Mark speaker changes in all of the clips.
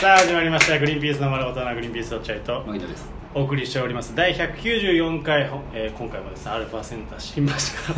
Speaker 1: さあ始まりました「グリーンピースの丸ごとなグリーンピース落合」と
Speaker 2: マギトです
Speaker 1: お送りしております第194回、えー今回もですねアルファセンター新橋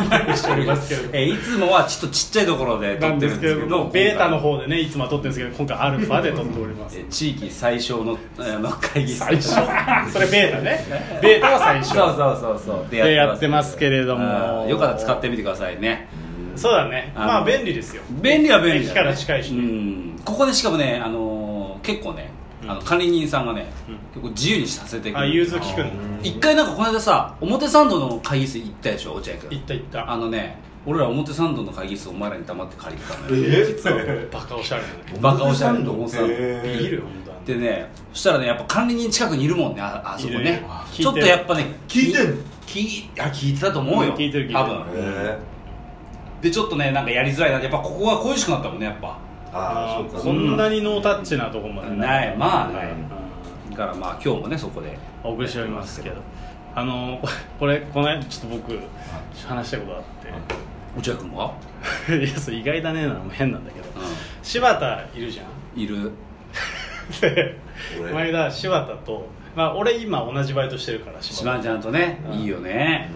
Speaker 1: からお送りしておりますけど
Speaker 2: えいつもはちょっとちっちゃいところで撮
Speaker 1: なん
Speaker 2: っ
Speaker 1: で
Speaker 2: てる
Speaker 1: す
Speaker 2: ん
Speaker 1: け
Speaker 2: で
Speaker 1: れ
Speaker 2: す
Speaker 1: ど
Speaker 2: け
Speaker 1: も
Speaker 2: ど
Speaker 1: ベータの
Speaker 2: 今
Speaker 1: 方でねいつもは撮ってるんですけど今回アルファで撮っておりま
Speaker 2: 回
Speaker 1: す
Speaker 2: え地域最小のえーの会議
Speaker 1: 最初それベータねベータは最初
Speaker 2: そうそうそうそうで
Speaker 1: でやってますけれども
Speaker 2: あーよかったら使ってみてくださいね
Speaker 1: そうだね
Speaker 2: あの
Speaker 1: まあ便利ですよ
Speaker 2: 便利は便利だ、ね、
Speaker 1: 駅から近いしね
Speaker 2: うんここでしかもね、あのー結構ねあの管理人さんがね、結構自由にさせてくれる
Speaker 1: あ融通聞くんだ
Speaker 2: 一回なんかこの間さ表参道の会議室行ったでしょ落合
Speaker 1: 行
Speaker 2: 君
Speaker 1: った行った
Speaker 2: あのね俺ら表参道の会議室お前らに黙って借りてたのよ
Speaker 3: え
Speaker 1: バカおしゃれだね
Speaker 2: バカおしゃれな表参
Speaker 3: 表参道
Speaker 2: 道
Speaker 3: って
Speaker 1: ビールよ本当あの
Speaker 2: でねそしたらねやっぱ管理人近くにいるもんねああそこ
Speaker 1: いるいる
Speaker 2: ね
Speaker 1: 聞いてる
Speaker 2: ちょっとやっぱね
Speaker 3: 聞いてんの
Speaker 2: 聞いあ聞いてたと思うよ
Speaker 1: 聞いてる聞いてる
Speaker 2: 多
Speaker 3: え
Speaker 2: 分
Speaker 3: ー
Speaker 2: でちょっとねなんかやりづらいなやっぱここが恋しくなったもんねやっぱ
Speaker 3: あ
Speaker 1: あ
Speaker 3: あ
Speaker 1: ー
Speaker 3: そ
Speaker 1: こ
Speaker 3: うか
Speaker 1: んなにノータッチなとこまで
Speaker 2: ないまあない
Speaker 1: うん
Speaker 2: だからまあ今日もねそこで
Speaker 1: お送りしておりますけどあのこれこの間ちょっと僕話したことがあっ
Speaker 2: 落合君は、
Speaker 1: て いやそれ意外だねなのも変なんだけど
Speaker 2: う
Speaker 1: 柴田いるじゃん
Speaker 2: ん、いる
Speaker 1: で
Speaker 3: 俺
Speaker 1: 前田柴田とまあ俺今同じバイトしてるから
Speaker 2: し
Speaker 1: 柴
Speaker 2: ば
Speaker 1: 田
Speaker 2: ちゃんとね、
Speaker 1: うん
Speaker 2: いいよね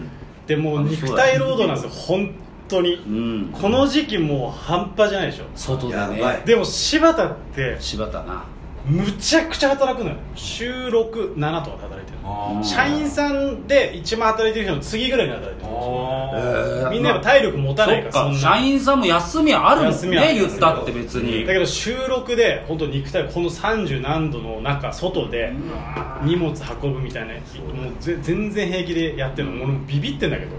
Speaker 1: でもう肉体労働なんですよ本当に
Speaker 2: うん
Speaker 1: この時期もう半端じゃないでしょ
Speaker 2: 外で
Speaker 3: やばい
Speaker 2: ね
Speaker 1: でも柴田って
Speaker 2: 柴田な
Speaker 1: むちゃくちゃ働くのよ週67とかで働いてるの
Speaker 2: ー
Speaker 1: 社員さんで一番働いてる人の次ぐらいに働いてる
Speaker 2: えー
Speaker 1: みんなやっぱ体力持たないか
Speaker 2: そっ
Speaker 1: ら
Speaker 2: か
Speaker 1: んな
Speaker 2: 社員さんも休みあるもん
Speaker 1: 休みある
Speaker 2: ね言ったって別に
Speaker 1: だけど収録で本当肉体この30何度の中外で荷物運ぶみたいなもうぜ全然平気でやってるの俺もビビってんだけど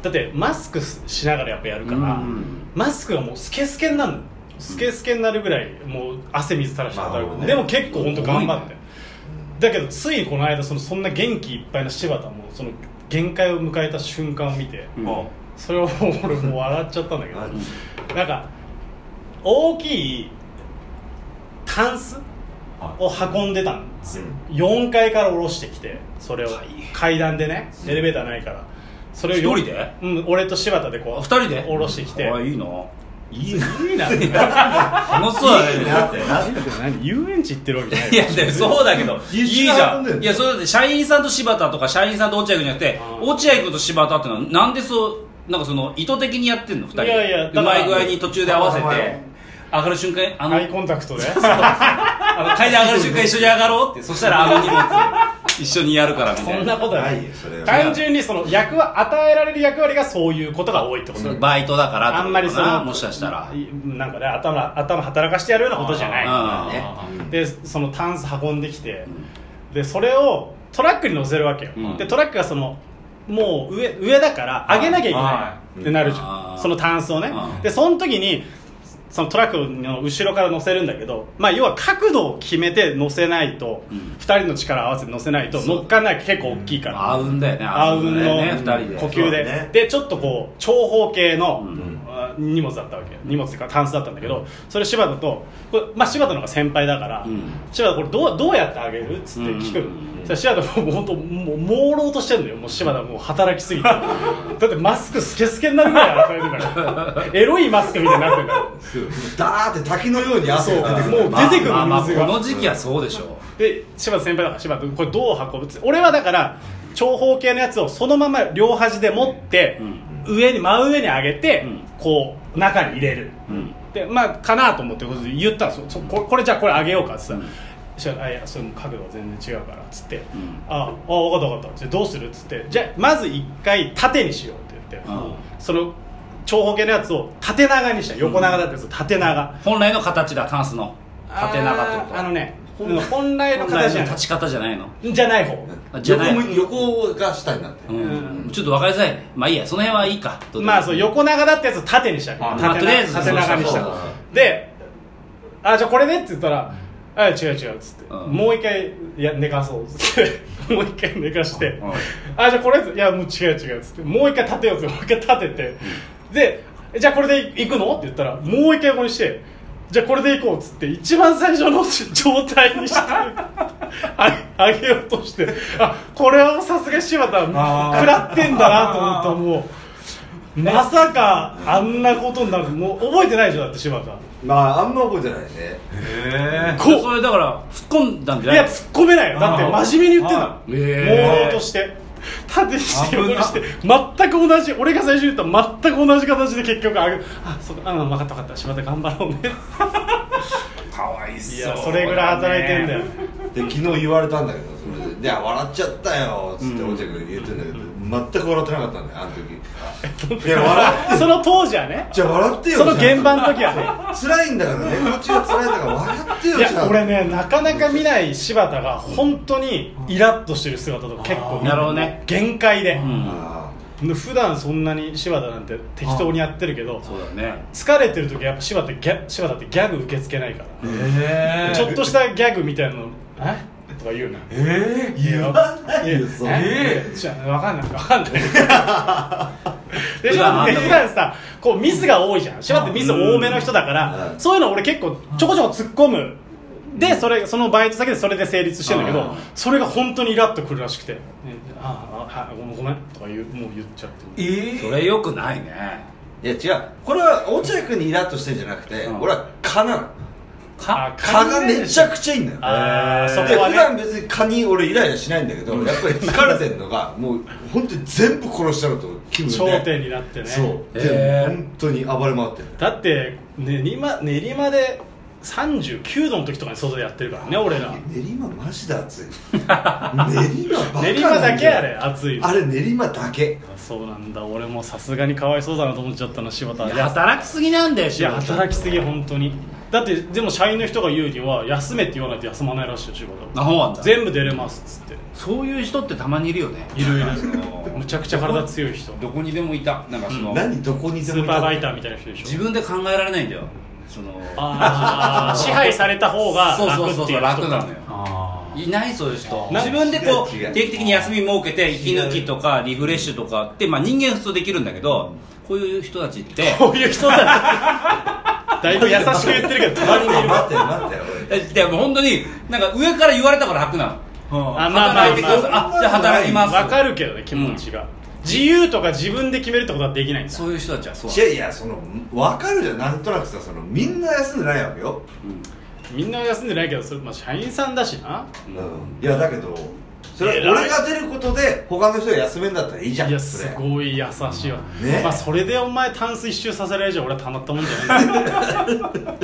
Speaker 1: だってマスクしながらやっぱやるから、
Speaker 2: うん
Speaker 1: マスクがもうスケスケになるのスケスケになるぐらいもう汗水垂らして働く、
Speaker 3: まあね
Speaker 1: でも結構本当頑張って、
Speaker 2: 重いね
Speaker 1: だけどついこの間そのそんな元気いっぱいの柴田もその限界を迎えた瞬間を見て、
Speaker 2: うん
Speaker 3: あ
Speaker 1: それをもう俺もう笑っちゃったんだけど
Speaker 3: 何
Speaker 1: なんか大きいタンスを運んでたんですよ、4階から下ろしてきてそれを
Speaker 2: 大変
Speaker 1: 階段でねエレベーターないからそれを
Speaker 2: 一人で
Speaker 1: うん、俺と柴田でこう
Speaker 2: 二人で
Speaker 1: 下ろしてきて
Speaker 2: あいいない
Speaker 1: いないいな
Speaker 2: 楽しそうだね
Speaker 3: だってな
Speaker 1: 何遊園地行ってるわけじゃない
Speaker 2: いやでそうだけどいいじゃ
Speaker 3: 一緒に遊んでん
Speaker 2: ん
Speaker 3: の
Speaker 2: いやそれだって社員さんと柴田とか社員さんと落合君じゃなくて
Speaker 1: あー
Speaker 2: 落合君と柴田ってのはなんでそうなんかその意図的にやってんの二人
Speaker 1: いやいやだから
Speaker 2: うまい具合に途中で合わせ
Speaker 3: あ
Speaker 2: て上がる瞬間あの
Speaker 1: アイコンタクトで
Speaker 2: あの階段上がる瞬間一緒に上がろうってそしたらあの 荷物一緒にやるからみ
Speaker 1: そ
Speaker 2: たい
Speaker 1: ん
Speaker 2: な
Speaker 1: なことはな
Speaker 3: ないいよそれは
Speaker 1: 単純にその役は与えられる役割がそういうことが多いってこと
Speaker 2: バイトだからっ
Speaker 1: あ
Speaker 2: て
Speaker 1: ん
Speaker 2: こと
Speaker 1: ま
Speaker 2: か
Speaker 1: りそ
Speaker 2: な
Speaker 1: の
Speaker 2: もしかしたら
Speaker 1: いなんかね頭頭働かしてやるようなことじゃない
Speaker 2: あ
Speaker 3: ーね
Speaker 1: でそのタンス運んできて、でそれをトラックに乗せるわけよ、
Speaker 2: うん
Speaker 1: でトラックがそのもう上上だから上げなきゃいけないってなるじゃ
Speaker 2: あ
Speaker 1: ん
Speaker 2: ー
Speaker 1: そのタンスをね
Speaker 2: うん
Speaker 1: でその時にそのトラックの後ろから乗せるんだけど、まあ、要は角度を決めて乗せないと、
Speaker 2: うん
Speaker 1: 2人の力を合わせて乗せないと乗っかんない結構大きいから、
Speaker 2: あうんだよね
Speaker 1: あうんの
Speaker 2: ね二人で
Speaker 1: 呼吸で、
Speaker 3: そうね
Speaker 1: でちょっとこう長方形の、
Speaker 2: ん
Speaker 1: あ荷物だったわけ荷物っていうかタンスだったんだけどそれ柴田とこれ、まあ、柴田の方が先輩だから、
Speaker 2: うん
Speaker 1: 柴田これどうどうやってあげるっつって聞くの、
Speaker 2: うん
Speaker 1: そしたら柴田もう本当もう朦朧としてるのよもう柴田もう働きすぎてだってマスクスケスケになるぐらい与えてる からエロいマスクみたいになってるから
Speaker 3: ダーって滝のように汗が出てく
Speaker 1: そう
Speaker 3: る
Speaker 1: もう出てくる
Speaker 2: まあまあまあ
Speaker 1: 水が
Speaker 2: この時期はそうでしょ
Speaker 1: で柴田先輩だから柴田これどう運ぶっつ俺はだから長方形のやつをそのまま両端で持って、上に真上に上げて、
Speaker 2: うん
Speaker 1: こう中に入れる
Speaker 2: ううん
Speaker 1: でまあかなと思って言ったらそそここれじゃあこれ上げようかっつったら、
Speaker 2: うん
Speaker 1: そしたらあいやそれも角度が全然違うから」っつって「
Speaker 2: ん
Speaker 1: ああ分かった分かった」じゃあどうする?」っつって「じゃあまず一回縦にしよう」って言って、
Speaker 2: うん
Speaker 1: その長方形のやつを縦長にした横長だったやつを縦長、
Speaker 2: 本来の形だタンスの縦長ってこと
Speaker 1: あーあのね本来の
Speaker 2: 本
Speaker 1: 形
Speaker 2: 来
Speaker 1: じ
Speaker 2: の
Speaker 1: ゃない
Speaker 2: 立ち方じゃないの
Speaker 1: じゃない方
Speaker 2: あじゃない
Speaker 3: 横向い横が下になって
Speaker 2: う
Speaker 3: る
Speaker 2: んちょっと分かりづらいねまあいいやその辺はいいかどでも
Speaker 1: まあそう横長だったやつを縦にしたわけ
Speaker 2: あまあとりあえず
Speaker 1: 縦長にし
Speaker 2: そ
Speaker 1: た
Speaker 2: うそう
Speaker 1: わ
Speaker 2: そう
Speaker 1: けで「あじゃあこれね」って言ったら「あ違う違う」っつって、
Speaker 2: うん
Speaker 1: もう一回いや寝かそう」っつって もう一回寝かして「
Speaker 2: ん
Speaker 1: あじゃあこれ」いやもう違う違う」っつってもう一回立てようっつってもう一回立てて、で「じゃあこれで行くの?」って言ったらもう一回ここにして「じゃあこれで行こう」っつって一番最初の状態にしてあ上げようとしてあこれはさすが柴田は食らってんだなと思ったもうまさかあんなことになるもう覚えてないでしょだって柴田
Speaker 3: まああんま覚えてないね
Speaker 4: え
Speaker 1: こう
Speaker 2: それだから突っ込んだんじゃ
Speaker 1: い
Speaker 2: ない
Speaker 1: や突っ込めないよだって真面目に言ってんの
Speaker 4: は
Speaker 1: 朦
Speaker 4: え
Speaker 1: 朧として縦にして横にして
Speaker 4: 危
Speaker 1: 全く同じ俺が最初に言った全く同じ形で結局あげあそうかあ分かった分かった柴田頑張ろうね
Speaker 2: かわいそう
Speaker 1: いやそれぐらい働いてんだよ
Speaker 3: で昨日言われたんだけどそれで「いや笑っちゃったよ」っつって落合君言ってんだけど、全く笑ってなかったんだよあの時いや笑って
Speaker 1: その当時はね
Speaker 3: じゃあ笑ってよ
Speaker 1: その
Speaker 3: ちゃんと
Speaker 1: 現場の時は
Speaker 3: 辛いんだからねこっちが辛いんだから笑ってよ
Speaker 1: ねい
Speaker 3: ちゃん
Speaker 1: や
Speaker 3: と
Speaker 1: 俺ねなかなか見ない柴田が本当にイラッとしてる姿とか結構見
Speaker 2: なるほどね
Speaker 1: 限界で
Speaker 2: う、ん
Speaker 3: あ
Speaker 1: 普段そんなに柴田なんて適当にやってるけど
Speaker 2: そうだね
Speaker 1: 疲れてる時やっぱ柴田ギャ柴田ってギャグ受け付けないから
Speaker 4: え
Speaker 1: ちょっとしたギャグみたいなの「えとか言うな
Speaker 4: ええ
Speaker 1: 言わないよそ
Speaker 3: んな
Speaker 1: えじゃあわかんないわかんないでしょ
Speaker 2: 普段あん
Speaker 1: で
Speaker 2: なもん
Speaker 1: 普段さこうミスが多いじゃん柴田ミス多めの人だから
Speaker 3: うん
Speaker 1: そういうの俺結構ちょこちょこ突っ込むでそれそのバイト先でそれで成立してんだけ
Speaker 2: うん
Speaker 1: どそれが本当にイラッとくるらしくて「ねあああごめんごめん」とか言うもう言っちゃって
Speaker 4: え
Speaker 2: それよくないね
Speaker 3: ーいや違うこれは落合君にイラッとしてんじゃなくて、
Speaker 2: うん
Speaker 3: 俺は蚊なの
Speaker 1: あ
Speaker 3: 蚊がめちゃくちゃいいんだよ
Speaker 1: あーそ
Speaker 3: で
Speaker 1: こは
Speaker 3: 普
Speaker 1: ね
Speaker 3: 段別に蚊に俺イライラしないんだけど、やっぱり疲れてるのがもう本当に全部殺したのと気分で
Speaker 1: 頂点になってね
Speaker 3: そう、
Speaker 2: へー
Speaker 3: で本当に暴れ回ってる
Speaker 1: だって練馬練馬で39度の時とかに外でやってるからね俺ら
Speaker 3: 練馬マジで暑い 練馬バカなんよ
Speaker 1: 練馬だけあれ暑いの
Speaker 3: あれ練馬だけ
Speaker 1: そうなんだ俺もさすがにかわいそうだなと思っちゃったな柴田いや
Speaker 2: 働きすぎなんだよ
Speaker 1: いや働きすぎ本当にだってでも社員の人が言うには休めって言わないと休まないらしいよ仕事
Speaker 2: あそうなんだ
Speaker 1: 全部出れますっつって
Speaker 2: そういう人ってたまにいるよね
Speaker 1: いろいろむちゃくちゃ体強い 人
Speaker 2: どこにでもいたなんかその、
Speaker 3: 何どこに
Speaker 1: ス
Speaker 3: でも
Speaker 1: ー
Speaker 3: い
Speaker 1: パー
Speaker 3: た
Speaker 1: ライターみたいな人でしょ
Speaker 2: 自分で考えられないんだよその
Speaker 1: ああ支配された方が
Speaker 2: そうそう
Speaker 1: 楽
Speaker 2: そう
Speaker 1: ってい
Speaker 2: そうう
Speaker 1: 人か
Speaker 2: 楽なのよ
Speaker 4: あ
Speaker 2: いないそういう人
Speaker 1: な
Speaker 2: 自分でこう
Speaker 3: 違う違う
Speaker 2: 定期的に休み設けて息抜きとかリフレッシュとかって、まあ、人間普通できるんだけどこういう人たちって
Speaker 1: こういう人だだいぶ優しく言ってるけど隣にいる
Speaker 3: 待って待って
Speaker 2: でもう本当になんか上から言われたから楽なの、
Speaker 1: あまあまあ
Speaker 2: 働いてください
Speaker 3: まあまあ
Speaker 2: あじゃあ働きます
Speaker 1: わかるけどね気持ちが、自由とか自分で決めるってことはできないんです
Speaker 2: そういう人たちはそう
Speaker 3: 俺いやいやその分かるじゃんなんとなくさそのみんな休んでないわけよ、
Speaker 1: みんな休んでないけどそれ、まあ、社員さんだしな
Speaker 3: うんいやだけどそれ
Speaker 1: 偉い
Speaker 3: は俺が出ることで他の人が休めんだったらいいじゃん
Speaker 1: いや
Speaker 3: そ
Speaker 1: す
Speaker 3: れ
Speaker 1: ごい優しいわ、
Speaker 3: ね
Speaker 1: まあ、それでお前タンス一周させられるじゃん俺はたまったもんじゃない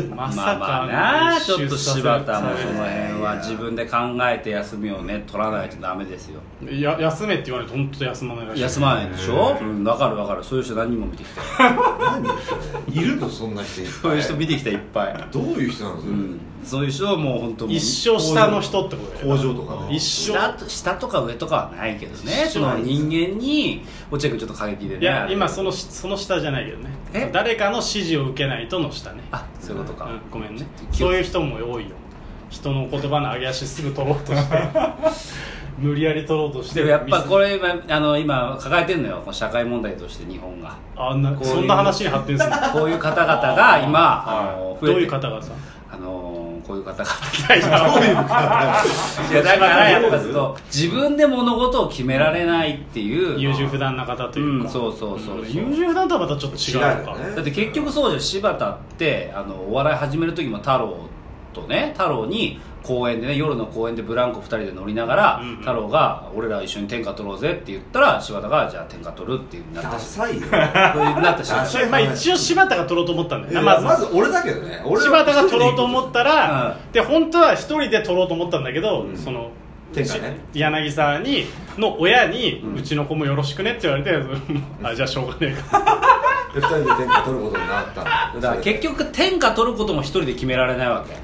Speaker 1: まさ
Speaker 2: まあ
Speaker 1: か
Speaker 2: まあなちょっと柴田も
Speaker 1: も
Speaker 2: その辺は自分で考えて休みをね取らないとダメですよ
Speaker 1: や休めって言われて本当休まないらしい
Speaker 2: 休まないでしょ、うん、分かる分かるそういう人何人も見てきた
Speaker 3: 何それいるのそんな人いっぱい
Speaker 2: そういう人見てきたいっぱい、
Speaker 3: どういう人なのそれ、
Speaker 2: うん、そういう人はもう本当
Speaker 1: 一生下の人ってことだよ
Speaker 3: 工場とかで
Speaker 1: 一生
Speaker 2: 下と下とか上とかはないけどねその人間に落合君ちょっと過激でね
Speaker 1: いや今そのその下じゃないけどね
Speaker 2: え
Speaker 1: 誰かの指示を受けないとの下ね
Speaker 2: あそういうことか、
Speaker 1: うんごめんね
Speaker 2: 気を
Speaker 1: そういう人も多いよ人の言葉の上げ足すぐ取ろうとして 無理やり取ろうとして
Speaker 2: でもやっぱこ
Speaker 1: れ
Speaker 2: れ今あの今抱えてるのよこの社会問題として日 本が
Speaker 1: あんな
Speaker 2: こういう
Speaker 1: そんな話に発展 する
Speaker 2: こういう方々が今あの
Speaker 1: どういう
Speaker 2: て
Speaker 1: 方 々
Speaker 2: あのこういう方々
Speaker 1: 大丈夫
Speaker 2: いやだから やっぱその自分で物事を決められないっていう
Speaker 1: 優柔不断な方というか、
Speaker 2: うんそうそうそうそうん
Speaker 1: 優柔不断とはまたちょっと違うのか
Speaker 3: 違うよね
Speaker 2: だって結局そうじゃん柴田ってあのお笑い始める時も太郎とね太郎に公園でね夜の公園でブランコ2人で乗りながら、
Speaker 1: うんうん
Speaker 2: 太郎が「俺ら一緒に天下取ろうぜ」って言ったら柴田が「じゃあ天下取る」っていうなった
Speaker 3: ダ
Speaker 2: し
Speaker 3: サ いよ
Speaker 2: そういうなったし
Speaker 3: ダ
Speaker 1: そ
Speaker 3: サい
Speaker 1: れまあ一応柴田が取ろうと思ったんだ
Speaker 3: い
Speaker 1: よ
Speaker 3: や
Speaker 1: な
Speaker 3: ま
Speaker 1: ま
Speaker 3: ず
Speaker 1: ず
Speaker 3: まず俺だけどね俺
Speaker 1: 柴田が取ろうと思ったら、
Speaker 2: う
Speaker 1: で本当は一人で取ろうと思ったんだけど、その
Speaker 3: 天下ね
Speaker 1: し柳沢にの親に、うちの子もよろしくね」って言われて 「あじゃあしょうがねえか
Speaker 3: 二人で天下取ることになったの
Speaker 2: だから結局天下取ることも一人で決められないわけ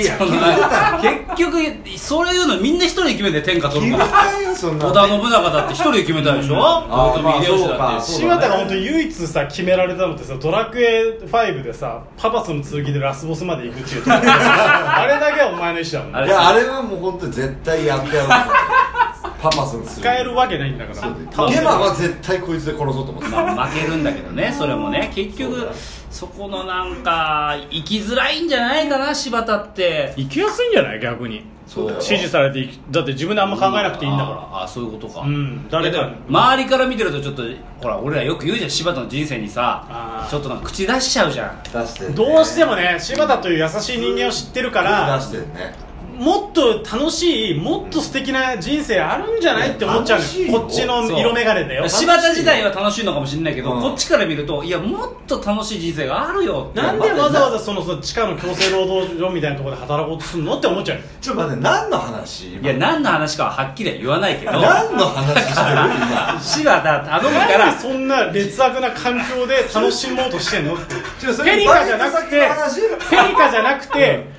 Speaker 3: いや決め
Speaker 2: 結局そういうのみんな一人で決めて天下取るから
Speaker 3: たよそんな
Speaker 2: 織田信長だって一人で決めたでしょ
Speaker 3: あーまあ
Speaker 2: 豊臣秀吉だって
Speaker 3: そう
Speaker 1: 柴
Speaker 3: だね
Speaker 1: 田が本当唯一さ決められたのってさ「ドラクエ5」でさパパスの剣でラスボスまで行くっていう あれだけはお前の意思だもん
Speaker 2: あ
Speaker 1: ね
Speaker 3: いやあれはもう本当に絶対やってやろうと思 ってパパする
Speaker 1: 使えるわけないんだから
Speaker 3: ゲマは絶対こいつで殺そうと思ってた
Speaker 2: まあ、負けるんだけどねそれもね結局そこのなんか生きづらいんじゃないかな柴田って
Speaker 1: 行きやすいんじゃない逆に
Speaker 2: そうだよ
Speaker 1: 指示されていきだって自分であんま考えなくていいんだから
Speaker 2: ああそういうことか、
Speaker 1: うん誰か
Speaker 2: いや
Speaker 1: に
Speaker 2: でも周りから見てるとちょっとほら俺らよく言うじゃん柴田の人生に
Speaker 1: あ
Speaker 2: さ
Speaker 1: ー
Speaker 2: ちょっとなんか口出しちゃうじゃん
Speaker 3: 出してるね
Speaker 1: どうしてもね柴田という優しい人間を知ってるから
Speaker 3: 出してるね
Speaker 1: もっと楽しいもっと素敵な人生あるんじゃないって思っちゃう
Speaker 3: 楽し
Speaker 1: の
Speaker 3: いよ
Speaker 1: よこっちの
Speaker 2: そう
Speaker 1: 色眼鏡だよ
Speaker 2: 柴田自体は楽しいのかもしれないけど、
Speaker 3: うん
Speaker 2: こっちから見るといやもっと楽しい人生があるよって
Speaker 1: なんでわざわざそのその地下の強制労働所みたいなところで働こうとするのって思っちゃうよ
Speaker 3: ちょっと待って何の話
Speaker 2: いや何の話かははっきりは言わないけど
Speaker 3: 何の話してる
Speaker 2: 柴田頼む
Speaker 1: な
Speaker 2: か
Speaker 1: ん
Speaker 2: ら
Speaker 1: でそんな劣悪な環境で楽しもうとしてんのって
Speaker 3: 今
Speaker 1: ペリカじゃなくてペリカじゃなくて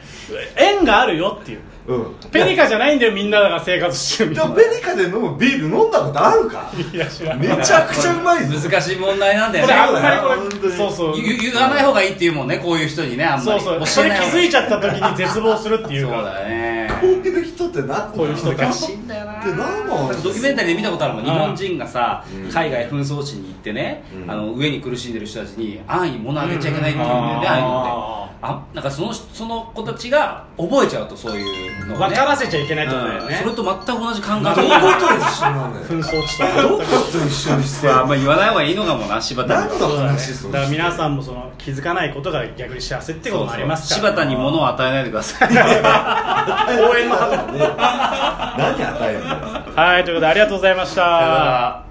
Speaker 1: 縁があるよっていう
Speaker 3: うん
Speaker 1: ペリカじゃないんだよみんなが生活してるみ
Speaker 3: で
Speaker 1: た
Speaker 3: もペリカで飲むビール飲んだことあるか
Speaker 1: いや知らない
Speaker 3: めちゃくちゃうまいぞ
Speaker 2: 難しい問題なんだよ
Speaker 1: これ
Speaker 2: ね
Speaker 1: あんまり
Speaker 3: 本
Speaker 1: こ
Speaker 3: 当
Speaker 1: れ
Speaker 3: に
Speaker 1: そうそう
Speaker 2: ゆ言わない方がいいっていうもんねこういう人にねあんま
Speaker 1: そ
Speaker 2: り
Speaker 1: うそう
Speaker 2: 教
Speaker 1: それ
Speaker 2: えな
Speaker 1: 気
Speaker 2: い方
Speaker 1: づ
Speaker 2: が
Speaker 1: いちゃった時に絶望するっていう
Speaker 2: そう
Speaker 1: か
Speaker 2: だね
Speaker 3: こういう人って何
Speaker 1: こういう人
Speaker 2: 難しいんだよな
Speaker 3: って何の話
Speaker 2: ドキュメンタリーで見たことあるも
Speaker 1: う
Speaker 2: ん
Speaker 1: ん
Speaker 2: 日本人がさ
Speaker 3: うん
Speaker 2: 海外紛争地に行ってね、
Speaker 3: うん
Speaker 2: あの上に苦しんでる人たちに安易に物あげちゃいけないっていうんだよね、
Speaker 1: うん
Speaker 2: ああいうのってあなんかそのその子たちが覚えちゃうとそういうのが
Speaker 1: 分
Speaker 2: ね
Speaker 1: からせちゃいけないってことだよ
Speaker 2: うん
Speaker 1: ね
Speaker 2: それと全く同じ感覚
Speaker 3: ど
Speaker 2: に
Speaker 3: こと一緒なのよ
Speaker 1: 紛争地帯
Speaker 3: どこと一緒にして
Speaker 2: まあまあ言わない方がいいのかもな柴田に
Speaker 3: 何
Speaker 1: そ
Speaker 3: の
Speaker 1: うだね
Speaker 3: 話そ
Speaker 1: だ
Speaker 3: れ
Speaker 1: から皆さんもその気づかないことが逆に幸せってこともありますから
Speaker 2: 柴田に物を与えないでください
Speaker 1: 応援の旗
Speaker 3: ね何与えるんだよ
Speaker 1: はいということでありがとうございました
Speaker 2: さよなら